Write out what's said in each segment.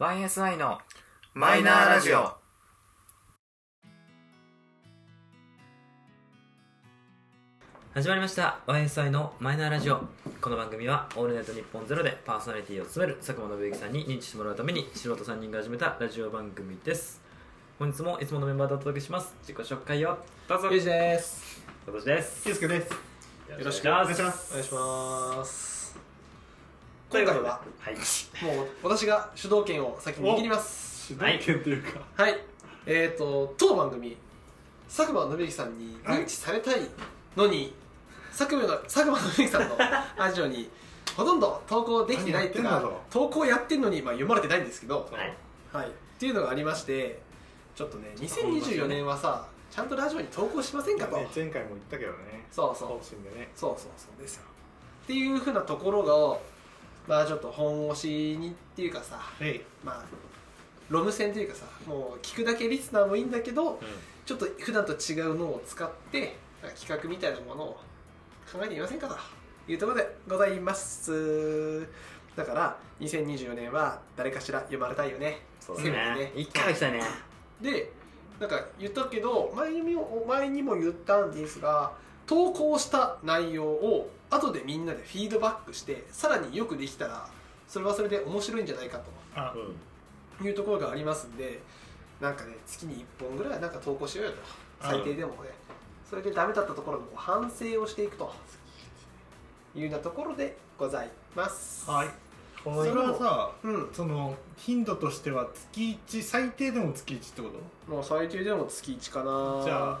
YSI のマイナーラジオ。始まりました YSI のマイナーラジオこの番組は「オールナイトニッポンゼロでパーソナリティを務める佐久間信之さんに認知してもらうために素人3人が始めたラジオ番組です本日もいつものメンバーでお届けします自己紹介をどうぞゆうじです今年ですゆうすけです。よろしくお願いお願いしますとい今うこと回でははいもう私が主導権を先に握ります主導権というか、はいえーと当番組佐久間信之さんに認知されたいのに、佐久間の佐久間信之さんのラジオにほとんど投稿できてないっていう何やっかてんだろ投稿やってんのに、まあ、読まれてないんですけど、はいはい、っていうのがありましてちょっとね2024年はさちゃんとラジオに投稿しませんかと、ね前回も言ったけどね。そうそう方針でね。そうそうそうですよっていうふうなところがまあちょっと本腰にっていうかさはい。まあロム線というかさもう聞くだけリスナーもいいんだけどちょっと普段と違うのを使ってなんか企画みたいなものを考えてみませんかというところでございますだから2024年は誰かしら読まれたいよねそうせだめてね一回は来たいねでなんか言ったけど前にも前にも言ったんですが投稿した内容を後でみんなでフィードバックしてさらによくできたらそれはそれで面白いんじゃないかあ、というところがありますんでなんかね月に1本ぐらいはなんか投稿しようよとうん最低でもねそれでダメだったところの反省をしていくというようなところでございます。はい。それはさ、うん、その頻度としては月一最低でも月一ってこもう最低でも月1かなと？じゃ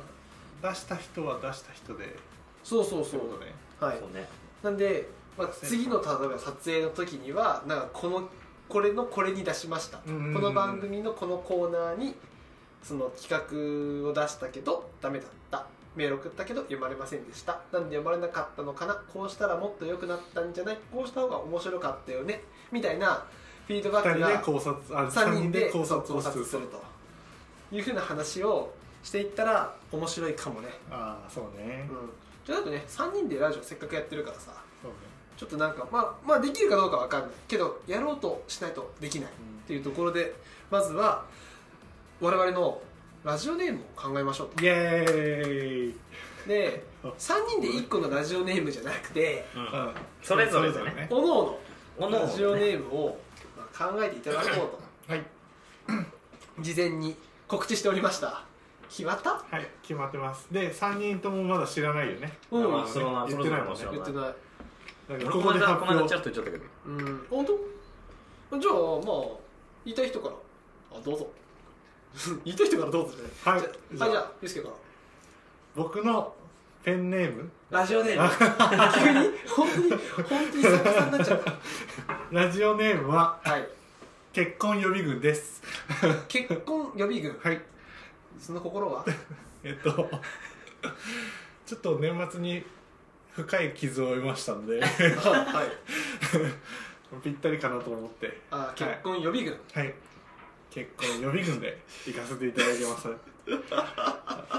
あ出した人は出した人でってそうそうそうことね。はいそうねなんで、まあ、次の例えば撮影の時にはなんかこのこれのこれに出しました、うんうんうんこの番組のこのコーナーにその企画を出したけどダメだったメール送ったけど読まれませんでしたなんで読まれなかったのかなこうしたらもっと良くなったんじゃないこうした方が面白かったよねみたいなフィードバッ二ク人でが考察、あ、 3三人人でで考考察察をするするというふうな話をしていったら面白いかもね、ああ、そううねん。、じゃあだとね3人でラジオせっかくやってるからさそうね。ちょっとなんかまあまあできるかどうかわかんないけどやろうとしないとできないっていうところでまずは我々のラジオネームを考えましょうイエーイ。と で3人で1個のラジオネームじゃなくてうんうんそれぞれだねおのおおののラジオおネねームをまあ考えていただこうはい。と事前に告知しておりました決まったはい、決まってます。で、三人ともまだ知らないよね。うんまあその言ってないもんねその言ってないだから俺こここので間こ発の間表ち。らっと言っちゃったけどうん本当じゃあまあ言いたい人からあどうぞ 言いたい人からどうぞじゃないはいじゃあはいじゃあゆうすけから僕のペンネームラジオネーム急に 本当に本当に作家さんになっちゃっラジオネームはたはい結婚予備軍です結婚予備軍はいその心はえっと ちょっと年末に深い傷を負いましたんで はいぴったりかなと思ってあ結婚予備軍はい結婚予備軍で行かせていただきます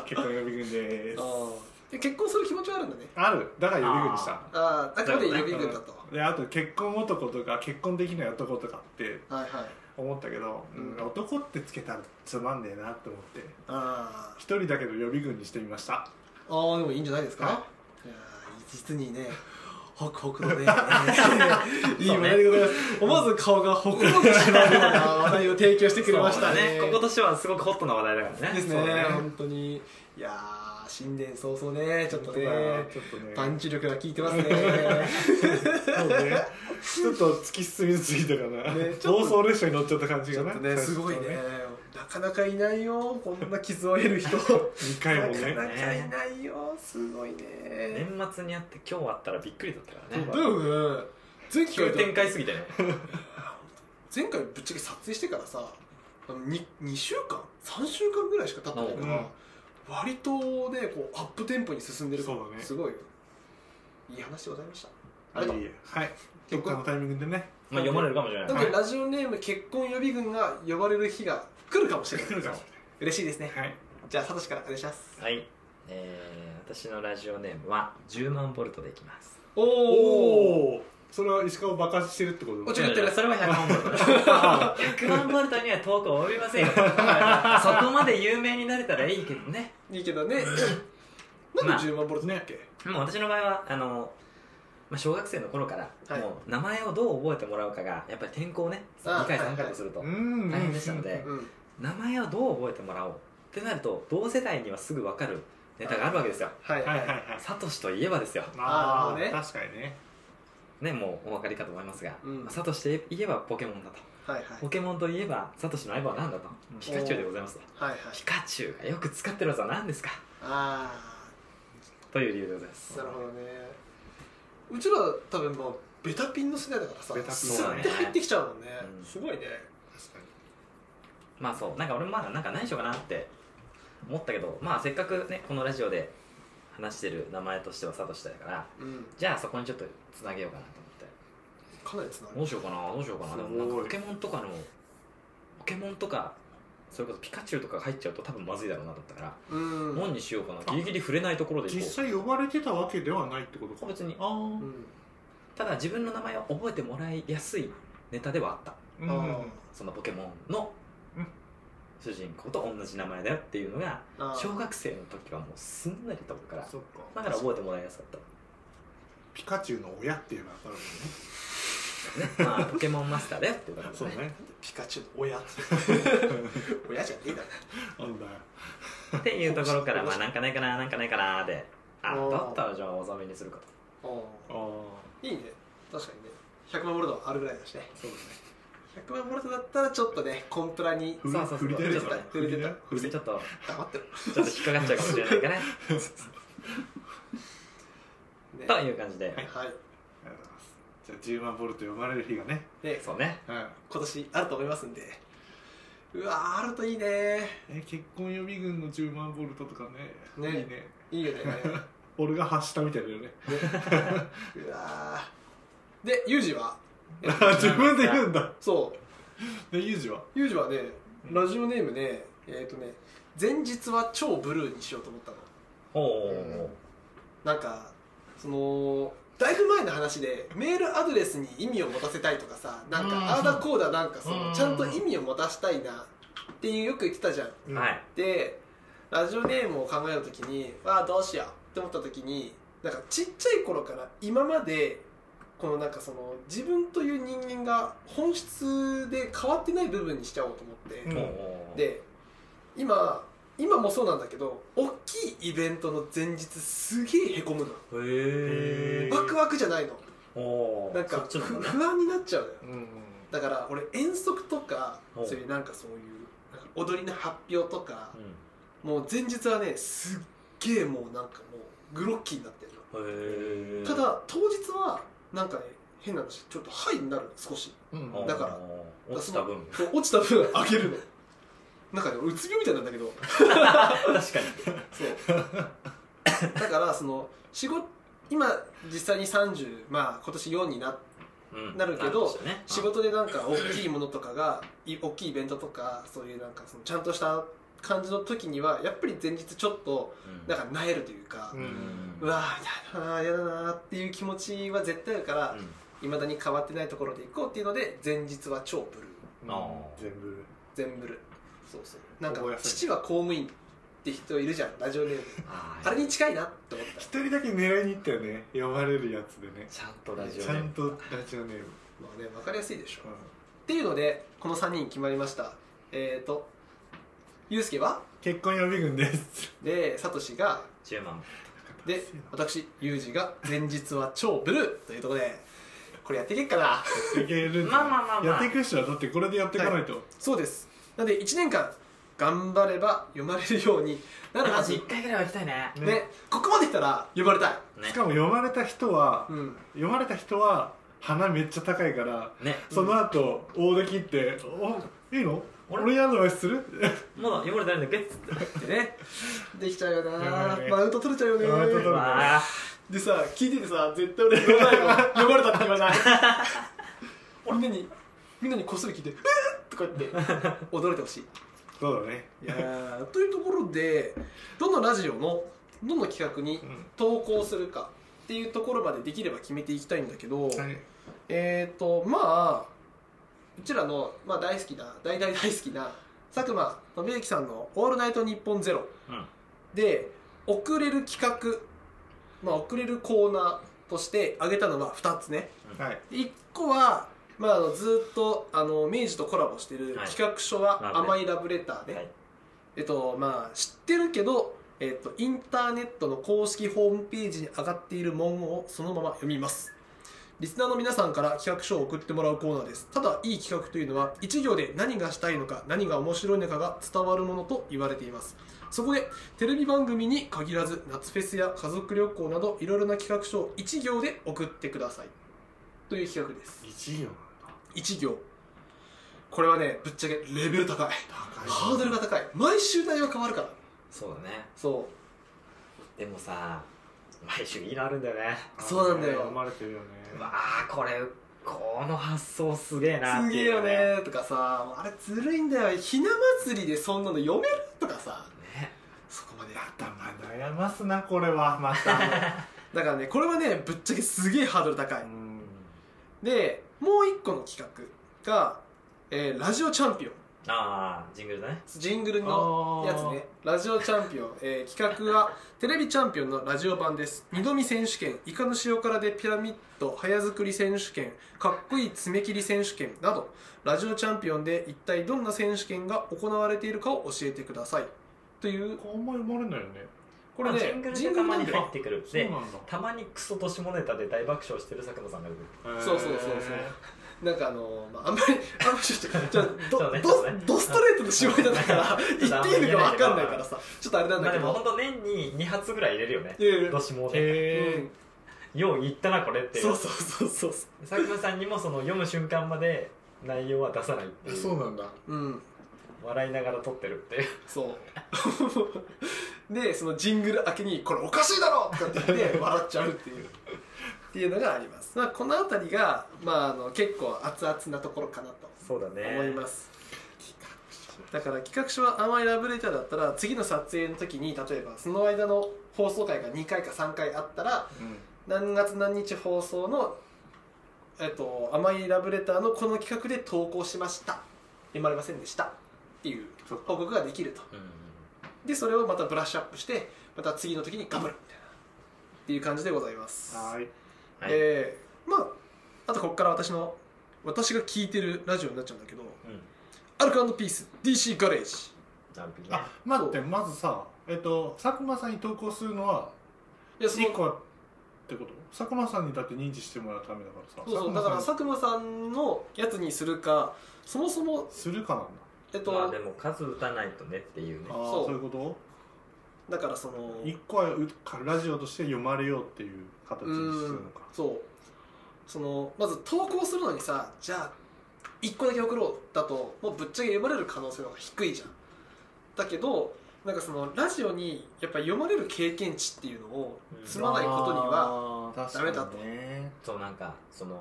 結婚予備軍ですあで結婚する気持ちはあるんだねあるだから予備軍でしたああああくまで予ー備軍だとうんであと結婚男とか結婚できない男とかってはいはい思ったけど、うんうん男ってつけたらつまんねえなと思ってあ一人だけど予備軍にしてみましたーあーでもいいんじゃないですか、はいい、やー実にねホクホクのねいい話題でございます思わず顔がホクホクしないような話題を提供してくれましそうだたねねこことしてはすごくホットな話題だからでねすそねうね本当にいやー新年早々ね ちょっとねちょっとねパンチ力が効いてます ねそうねちょっと突き進みすぎたかな、ねちょっ暴と走列車に乗っちゃった感じちがょっなとねすごいねなかなかいないよこんな傷を得る人なか2回もねなかいないよすごいね年末にあって今日あったらびっくりだったからねだよね前急展回開すぎたよね前回ぶっちゃけ撮影してからさ 2, 2週間3週間ぐらいしか経ってないから、割とねこうアップテンポに進んでるからそうだねすごいよいい話でございましたあいりえがとういえはいどっかのタイミングでねまあ読まれるかもしれないだってラジオネーム結婚予備軍が呼ばれる日が来るかもしれない来るかもし嬉しいですれねないはいじゃあサトシからお願いしますはい、えー、私のラジオネームは10万ボルトでいきますおおおそれは石川を爆発してるってこともちろん言ってるそれは100万ボルトだ100万ボルトには遠く及びませんよそこまで有名になれたらいいけどねいいけどねまなあんで10万ボルトだっけ、もう私の場合はあの、まあ、小学生の頃から、はいもう名前をどう覚えてもらうかがやっぱり転校ねあ2回はい3回とすると、うん大変でしたのでうん、名前をどう覚えてもらおうってなると同世代にはすぐ分かるネタがあるわけですよはいはいはいはいサトシといえばですよあーまあね確かにねねもうお分かりかと思いますが、うんサトシといえばポケモンだとはいはいポケモンといえばサトシの相棒は何だとうんピカチュウでございますとはいはいピカチュウがよく使ってる技は何ですかあという理由でございますあなるほどねうちら多分まあベタピンの世代だからさベタピンスッて入ってきちゃうもんね、うんすごいね確かにまあそうなんか俺もまだなんか何しようかなって思ったけどまあせっかくねこのラジオで話してる名前としてはサトシだからうんじゃあそこにちょっとつなげようかなと思ってかなりつながどるうしようかなどうしようかなすでもごいなんかポケモンとかのポケモンとかそれこそピカチュウとかが入っちゃうと多分まずいだろうなと思ったから、うん、何にしようかなギリギリ触れないところでいこ実う際呼ばれてたわけではないってことか別にあうーんただ自分の名前を覚えてもらいやすいネタではあったうんあそのポケモンのうん主人公と同じ名前だよっていうのがーあー小学生の時はもうすんなりと思うからそっだかから覚えてもらいやすかったピカチュウの親っていうのは分かるもんねね、まあ、ポケモンマスターだよっていうことですそうね ねピカチュウの親 親じゃねえだろなんだよっていうところからまあなんかないかななんかないかなであおーだったらじゃあおざめにするかとああーいいね確かにね100万ボルトあるぐらいだしねあそうだね100万ボルトだったらちょっとねコンプラにふりそうそうそう振り出るから振り出た振り出ちょたっと黙ってる、ちょっと引っかかっちゃうかもしれない かね ね、という感じで、はいありがとうございますじゃあ10万ボルト呼ばれる日がねでそうねうん今年あると思いますんでうわーあるといいねえ結婚予備軍の10万ボルトとかねねいいいね いよね俺が発したみたいだよねうわーでユージは 自分で言うんだそうでユージはユージはねラジオネームねえっ、とね前日は超ブルーにしようと思ったのおお、なんかそのだいぶ前の話でメールアドレスに意味を持たせたいとかさなんうんかあーだこうだなんかそうんのちゃんと意味を持たせたいなっていうよく言ってたじゃんはいでラジオネームを考えるときにわあどうしようって思ったときになんかちっちゃい頃から今までこのなんかその自分という人間が本質で変わってない部分にしちゃおうと思って、うんおおで今今もそうなんだけど大きいイベントの前日すげえへこむのへえーワクワクじゃないのおおなんそかっちふなんだね不安になっちゃうのようんうんだから俺遠足とかおうそういうなんかそういうなんか踊りの発表とかもう前日はねすっげえもうなんかもうグロッキーになってるのうんへえただ当日はなんかね変な話ちょっとハイになるの少しうんおーうんだから落ちた分そう 落ちた分あげるのなんかねうつ病みたいなんだけど 確かにそうだからその仕事今実際に30まあ今年4になうんなるけどなとしたね仕事でなんか大きいものとかがい大きいイベントとかそういうなんかそのちゃんとした感じの時にはやっぱり前日ちょっとうんなんかなえるというか、ううんわーやだなーやだなーっていう気持ちは絶対あるからうんいま、未だに変わってないところで行こうっていうので前日は超ブルーあー全部全ブルーそうそうなんか覚えやすい父は公務員って人いるじゃんラジオネーム あーあれに近いなって思った一人だけ狙いに行ったよね呼ばれるやつでねちゃんとラジオちネゃーんムとラジオネームまあね、分かりやすいでしょ。っていうので、この3人決まりました。えーと、ゆうすけは結婚予備軍ですで、さとしが、 10万で、私、ゆうじが、前日は超ブルーというところで、これやっていけっかな。いけるんだまあまあまあまあやっていく人はだってこれでやっていかないとそうです。なので、1年間、頑張れば読まれるようになるはマず。ジね1、回ぐらいは行きたいねねここまで来たら、呼ばれたい。ねしかも読まれた人はうん。読まれた人は鼻めっちゃ高いからねその後大出切って「おいいの俺俺にアドバイスする?」まだ読まれてないんだっけっつってでね、できちゃうよやばないね。マウント取れちゃうよね。マウント取るわあでさ聞いててさ絶対俺言わないよ呼ばれたって言わない俺みんなにみんなにこっそり聞いて「えっ!」とか言って驚いてほしいそうだねいやーというところでどのラジオのどの企画にうん投稿するかっていうところまでできれば決めていきたいんだけど、はいえっ、ー、とまあうちらの、まあ、大好きな大大大好きな佐久間信之さんの「オールナイトニッポンゼロうんで遅れる企画、まあ、遅れるコーナーとして挙げたのは2つねはいで1個は、まあ、あのずっとあの明治とコラボしてるはい企画書ラブレは「甘いラブレターね」はいえっとまあ、知ってるけど、えっと、インターネットの公式ホームページに上がっている文言をそのまま読みますリスナーの皆さんから企画書を送ってもらうコーナーですただいい企画というのは一行で何がしたいのか何が面白いのかが伝わるものと言われていますそこでテレビ番組に限らず夏フェスや家族旅行などいろいろな企画書を一行で送ってくださいという企画です一行なんだ一行これはねぶっちゃけレベル高い高いハードルが高い毎週内容変わるからそうだねそでもさ毎週いいのあるんだよねそうなんだよ生まれてるよねうわあこれこの発想すげえうなすってげえいうよねとかさもうあれずるいんだよひな祭りでそんなの読めるとかさねそこ までやった頭悩ますなこれは まただからねこれはねぶっちゃけすげえハードル高いうんでもう一個の企画が、えーラジオチャンピオンああジングルだねジングルのやつねラジオチャンピオン、えー企画はテレビチャンピオンのラジオ版です二度見選手権イカの塩辛でピラミッド早作り選手権かっこいい爪切り選手権などラジオチャンピオンで一体どんな選手権が行われているかを教えてくださいというあんまり生まれないよねこれねまあジングルでたまに入ってくるそうでなんだたまにクソと下ネタで大爆笑してる佐久間さんがいるそうそうそうそうなんかあのーまあ、あんまりあんまりちょっと じゃあどそうねどそうねどストレートの絞りだっ たからうん言っていいのか分かんないからさちょっとあれなんまだあけでど、も本当年に2発ぐらい入れるよねいやいやど下でうへんよう言ったなこれっていうそうそうそうそうそ佐久間さんにもその読む瞬間まで内容は出さないってえいそううなんだううん笑いながら撮ってるっていうそう。 で、そのジングル明けに、これおかしいだろとかって言って、笑っちゃうっていう。っていうのがあります。まあ、このあたりが、まあ、あの、結構熱々なところかなとそうだね思います。だから企画書は甘いラブレターだったら、次の撮影の時に、例えば、その間の放送回が2回か3回あったら、何月何日放送の、えっと、甘いラブレターのこの企画で投稿しました。読まれませんでした。っていうそっか報告ができると。うんうんでそれをまたブラッシュアップしてまた次の時に頑張るみたいなっていう感じでございますはーいはいえーまああとここから私の私が聞いてるラジオになっちゃうんだけどうんアルコピース DC ガレージジャンピングねあ待ってまずさえっと佐久間さんに投稿するのはいやそ一の個ってこと佐久間さんにだって認知してもらうためだからさそうそうだから佐久間さ佐久間んさんのやつにするかそもそもにするかなんだえっと、まあでも数打たないとねっていうねああそうそういうことだからその一個はうラジオとして読まれようっていう形うにするんのかそうそのまず投稿するのにさじゃあ1個だけ送ろうだともうぶっちゃけ読まれる可能性の方が低いじゃんだけどなんかそのラジオにやっぱ読まれる経験値っていうのを積まないことには、はダメだとねそうなんかその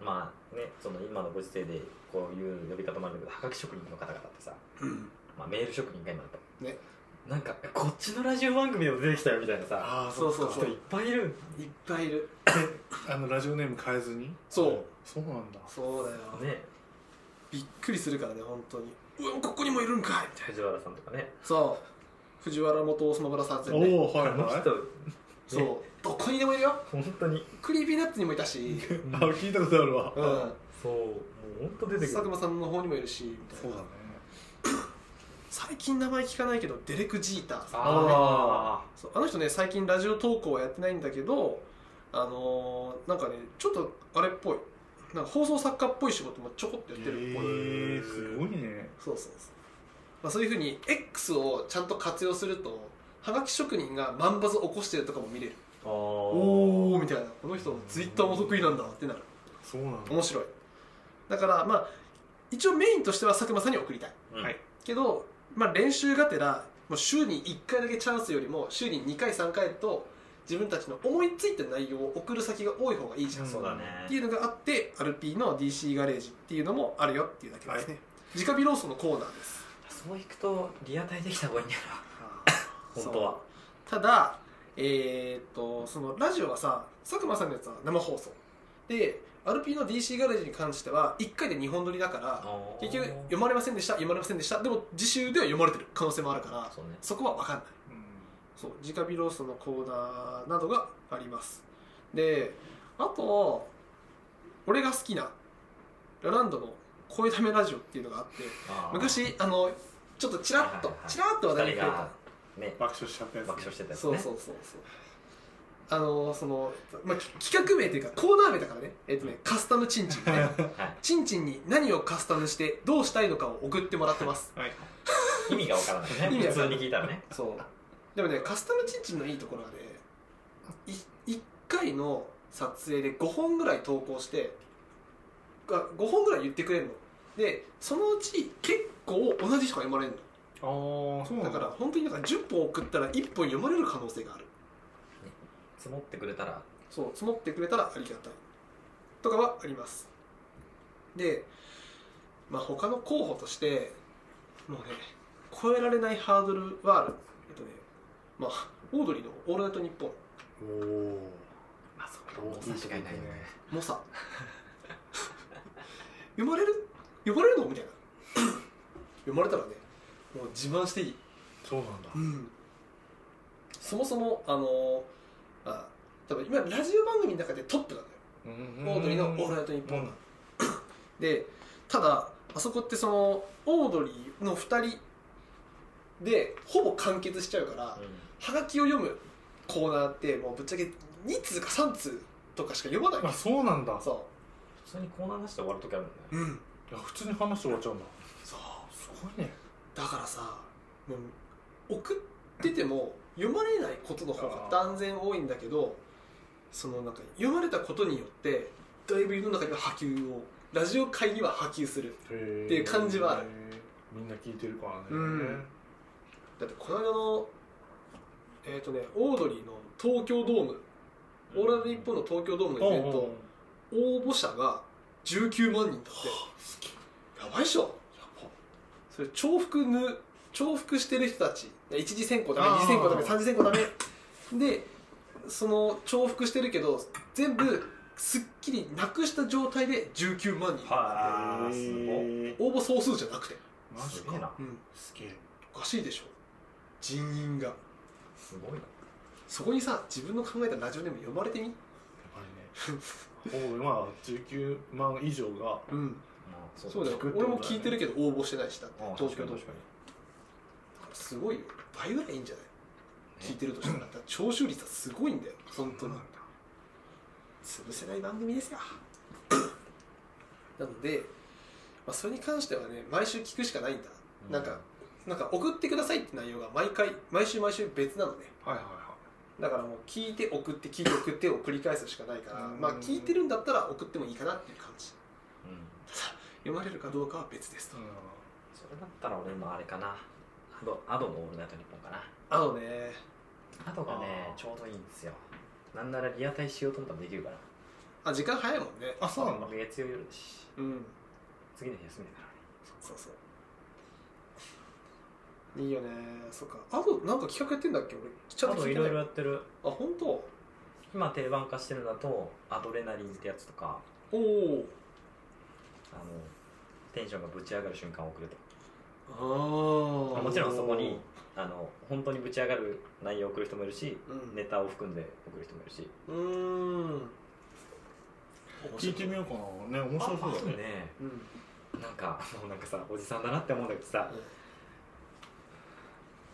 まあねその今のご時世でこういう呼び方もあるんだけどはがき職人の方々ってさ、うんまあ、メール職人が今だとねなんかこっちのラジオ番組でも出てきたよみたいなさああそうそうっか人いっぱいいるいっぱいいるあのラジオネーム変えずにそうそうなんだそうだよ、ねびっくりするからね本当にうわここにもいるんかいみたいな藤原さんとかねそう藤原元スマブラさんおねおはいあの はい人そうどこにでもいるよ本当にクリーピーナッツにもいたし、あ聞いたことあるわうん、 そうもう本当出てく佐久る間さんの方にもいるしみたいなそうだね最近名前聞かないけどデレク・ジーターさんあそうあの人ね最近ラジオ投稿はやってないんだけどあのーなんかねちょっとあれっぽいなんか放送作家っぽい仕事もちょこっとやってるっぽい、へえすごいねそうそうそう、まあ、そういうふうに X をちゃんと活用するとはがき職人が万バズ起こしてるとかも見れるあおおみたいなこの人ツイッターも得意なんだってなるそうなんだ面白いだからまあ一応メインとしては佐久間さんに送りたいうんはいけど、まあ、練習がてらもう週に1回だけチャンスよりも週に2回3回と自分たちの思いついた内容を送る先が多い方がいいじゃん、そうだねっていうのがあってアルピーの DC ガレージっていうのもあるよっていうだけですね、直火ローソンのコーナーですそういくとリアタイできた方がいいんやな本当は そうただえーっとそのラジオはさ佐久間さんのやつは生放送でアルピーの DC ガレージに関しては1回で2本撮りだからあー結局読まれませんでした読まれませんでしたでも次週では読まれてる可能性もあるからそうねそこは分かんないそう直火ローストのコーナーなどがありますであと俺が好きなラランドの「声ためラジオ」っていうのがあってあー昔あのちょっとチラッとはいはいはいチラッと話題二に人触れがたね爆笑しちゃったやつ、爆笑してたやつそうねそうそうそうあのその、まあ、き企画名というかコーナー名だからね,、えっとねカスタムチンチンね はいチンチンに何をカスタムしてどうしたいのかを送ってもらってますはい意味がわからない意ね味普わか通んないに聞いたらねそうでもねカスタムチンチンのいいところはね1回の撮影で5本ぐらい投稿してが5本ぐらい言ってくれるのでそのうち結構同じ人が読まれるああそうのなだんかだら本当になんか10本送ったら1本読まれる可能性がある積もってくれたらそう積もってくれたらありがたいとかはありますで、まあ、他の候補としてもうね超えられないハードルはあるえっとねまあオードリーの「オールナイトニッポン」おおまあそこも差しがいないよね猛者読まれる読まれるのみた いな読まれたらねもう自慢していい、そうなんだん、そもそもあのーあ多分今ラジオ番組の中でトップなのよオードリーの「オールナイトニッポン」が でただあそこってそのオードリーの2人でほぼ完結しちゃうからはがきを読むコーナーってもうぶっちゃけ2通か3通とかしか読まないあそうなんだそ普通にコーナーなしで終わる時あるもんうねうんいや普通に話して終わっちゃうんだそうすごいねだからさもう送ってても読まれないことの方が断然多いんだけどそのなんか読まれたことによってだいぶ世の中には波及をラジオ界には波及するってっていう感じはあるみんな聞いてるからねうんだってこの間のえっ、とねオードリーの東京ドーム「オールナイトニッポン」の東京ドームのイベント応募者が19万人だってやばいっしょそれ重複ぬ重複してる人たち一次選考ダメあー二次選考ダメ三次選考ダメでその重複してるけど全部すっきりなくした状態で19万人はあへすごいー応募総数じゃなくて、マジすげえかなうん、すげえおかしいでしょ人員がすごいなそこにさ自分の考えたラジオでも読まれてみやばいねほぼ今19万以上がうんまあそうだよ聞くってことだ俺よねも聞いてるけど応募してないしだってああ東京ドーム確かにすごいよ倍ぐらいいいんじゃない聞いねてるとしたらだから聴取率はすごいんだよ本当になんだ潰せない番組ですよなので、まあ、それに関してはね毎週聞くしかないんだ、うんなんかなんか送ってくださいって内容が毎回毎週毎週別なのねはいはいはだからもう聞いて送って聞いて送ってを繰り返すしかないから、うんまあ聞いてるんだったら送ってもいいかなっていう感じうん読まれるかどうかは別ですと、いそれだったら俺もあれかなアドアドの「オールナイトニッポン」かなあのねアドがねあーちょうどいいんですよなんならリアタイしようと思ったらできるからあ時間早いもんねあそうなんだ月曜夜だしうん次の日休みだからねそうそういいよねそっかあとなんか企画やってんだっけ俺ちゃんあとと聞いいてなろいいろやってるあ本当今定番化してるのだとアドレナリンってやつとかおおあのテンションがぶち上がる瞬間を送るとあまああもちろんそこにあの本当にぶち上がる内容を送る人もいるしうんネタを含んで送る人もいるしうーん聞いてみようかなね面白そうだねねうん、うん、なんかもうなんかさおじさんだなって思うんだけどさ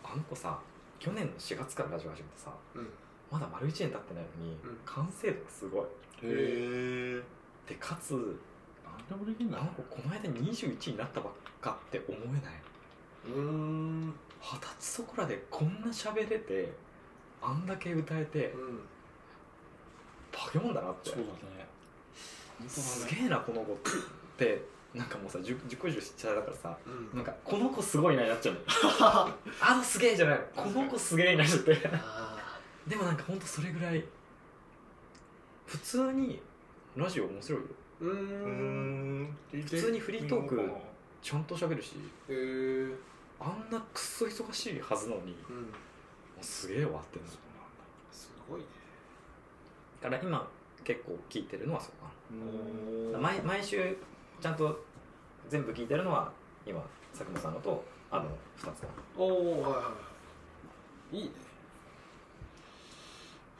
あの子さ去年の4月からラジオ始めてさうん、まだ丸1年経ってないのに、うん完成度がすごいへえでかつ何でもできんあだの子この間21になったばっかって思えないうーん二十歳そこらでこんな喋れてあんだけ歌えてうん化け物だなってそうだねすげえなこの子ってなんかもうさ 10, 10個以上下だからさうなんんかこの子すごいなになっ ちゃうのああのすげえじゃないこの子すげえになっちゃってあでもなんかほんとそれぐらい普通にラジオ面白いようーうんん普通にフリートークちゃんと喋るしへえー、あんなくっそ忙しいはずなのにもうんうすげえわってなるすごいねだから今結構聞いてるのはそうかうんな毎毎週ちゃんと全部聞いてるのは今佐久間さんのとあの2つかなおおはいはいはいいいね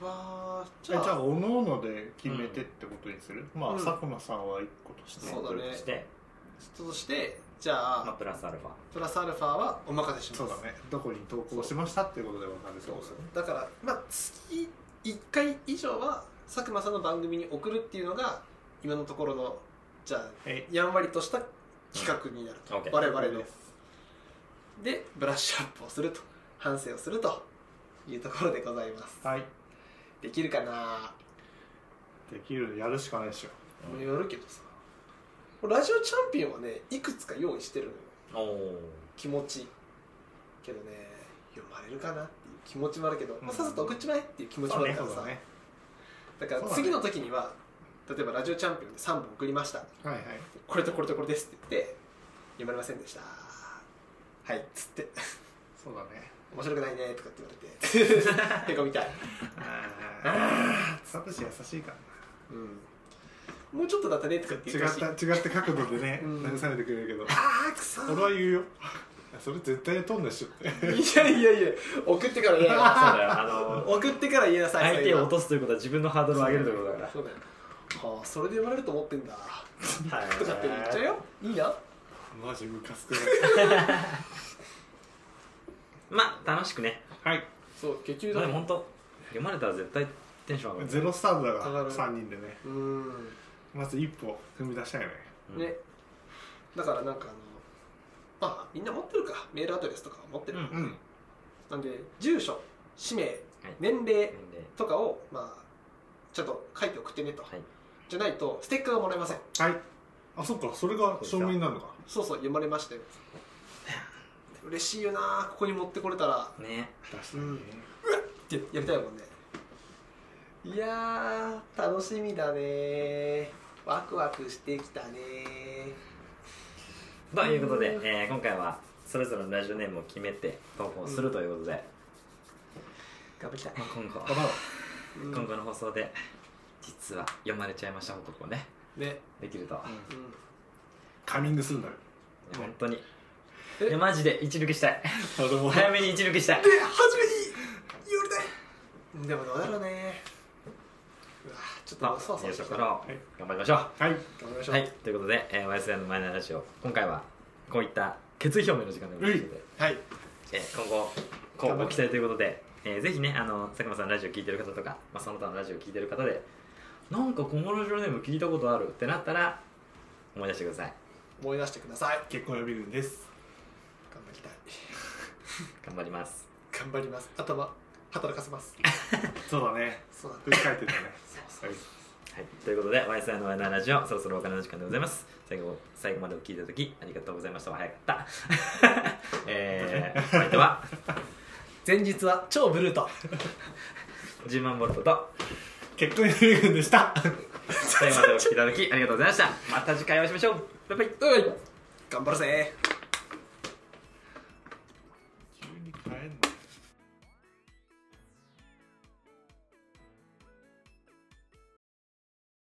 わあじじゃゃああおのおので決めてってことにする、まあ、うん佐久間さんは一個としてそうだねとして、そしてじゃあ、まあ、プラスアルファプラスアルファはお任せしますそうだねどこに投稿しましたっていうことで分かるそうそうだからまあ月1回以上は佐久間さんの番組に送るっていうのが今のところのじゃあえやんわりとした企画になると、うん OK 我々のですでブラッシュアップをすると反省をするというところでございますはいできるかなできるやるしかないでしょによるけどさラジオチャンピオンはねいくつか用意してるのよおお気持ちけどね読まれるかなっていう気持ちもあるけど、まうあ、んさっさと送っちまえっていう気持ちもあるからさ、だからそうだね次の時には、例えばラジオチャンピオンで3本送りましたはいはいこれとこれとこれですって言って読まれませんでしたはいっつってそうだね面白くないねとかって言われて へこみたい、ああサトシ優しいからうん、もうちょっとだったねとかって言なってほしい違った違った角度でねうん慰めてくれるけどあーくそ俺は言うよそれ絶対飛んでしょってーいやいやいや送ってから言えそうなだよあの送ってから言いなさい相手を落ととすということは自分のハードルを上げるということだからそうだよああそれで読まれると思ってんだはいとかって言っちゃうよいいなマジムカつくねまあ楽しくね はいそう結で局もだ本当読まれたら絶対テンション上がるゼロスタートだか上がらる3人でねうんまず一歩踏み出したいねうんね、だからなんかあのまあみんな持ってるかメールアドレスとか持ってる、うんうんなんで住所氏名はい年齢なんでとかをまあちょっと書いて送ってねと、はいじゃないとステッカーがもらえませんはいあそっかそれが証明になるのかそうそう読まれましたよ嬉しいよなここに持ってこれたらね確かにねってやりたいもんねいやー楽しみだねワクワクしてきたねということで、えー今回はそれぞれのラジオネームを決めて投稿するということで、頑張りたいまあ今後あらう ん今後の放送で実は読まれちゃいました報告をねね、できると、うんうんカミングするんだよいや本当にえいやマジで一抜けしたいあでも早めに一抜けしたいで初めに言われたいでもどうだろうねうわちょっまとあそうそうそしろたそらろ頑張りましょうはい頑張りましょう、はい、ということで、えー、YSN のマイナーラジオ今回はこういった決意表明の時間でございますので、はいえー今後こうご期待ということで、えーぜひねあの佐久間さんのラジオ聞いてる方とか、まあ、その他のラジオ聞いてる方でなんかこのラジオネーム聞いたことあるってなったら思い出してください思い出してください結婚予備軍です頑張りたい頑張ります頑張ります頭働かせますそうだねそうだね振り返ってたね そうそはういはい、ということで YSI のワイナーラジオそろそろお別れの時間でございます最後最後までお聞きいただきありがとうございました早かった、 えー、お相手は前日は超ブルート10万ボルトと結婚予備軍 でした最後までお聞きいただきありがとうございましたまた次回お会いしましょうバイバイうい頑張るぜ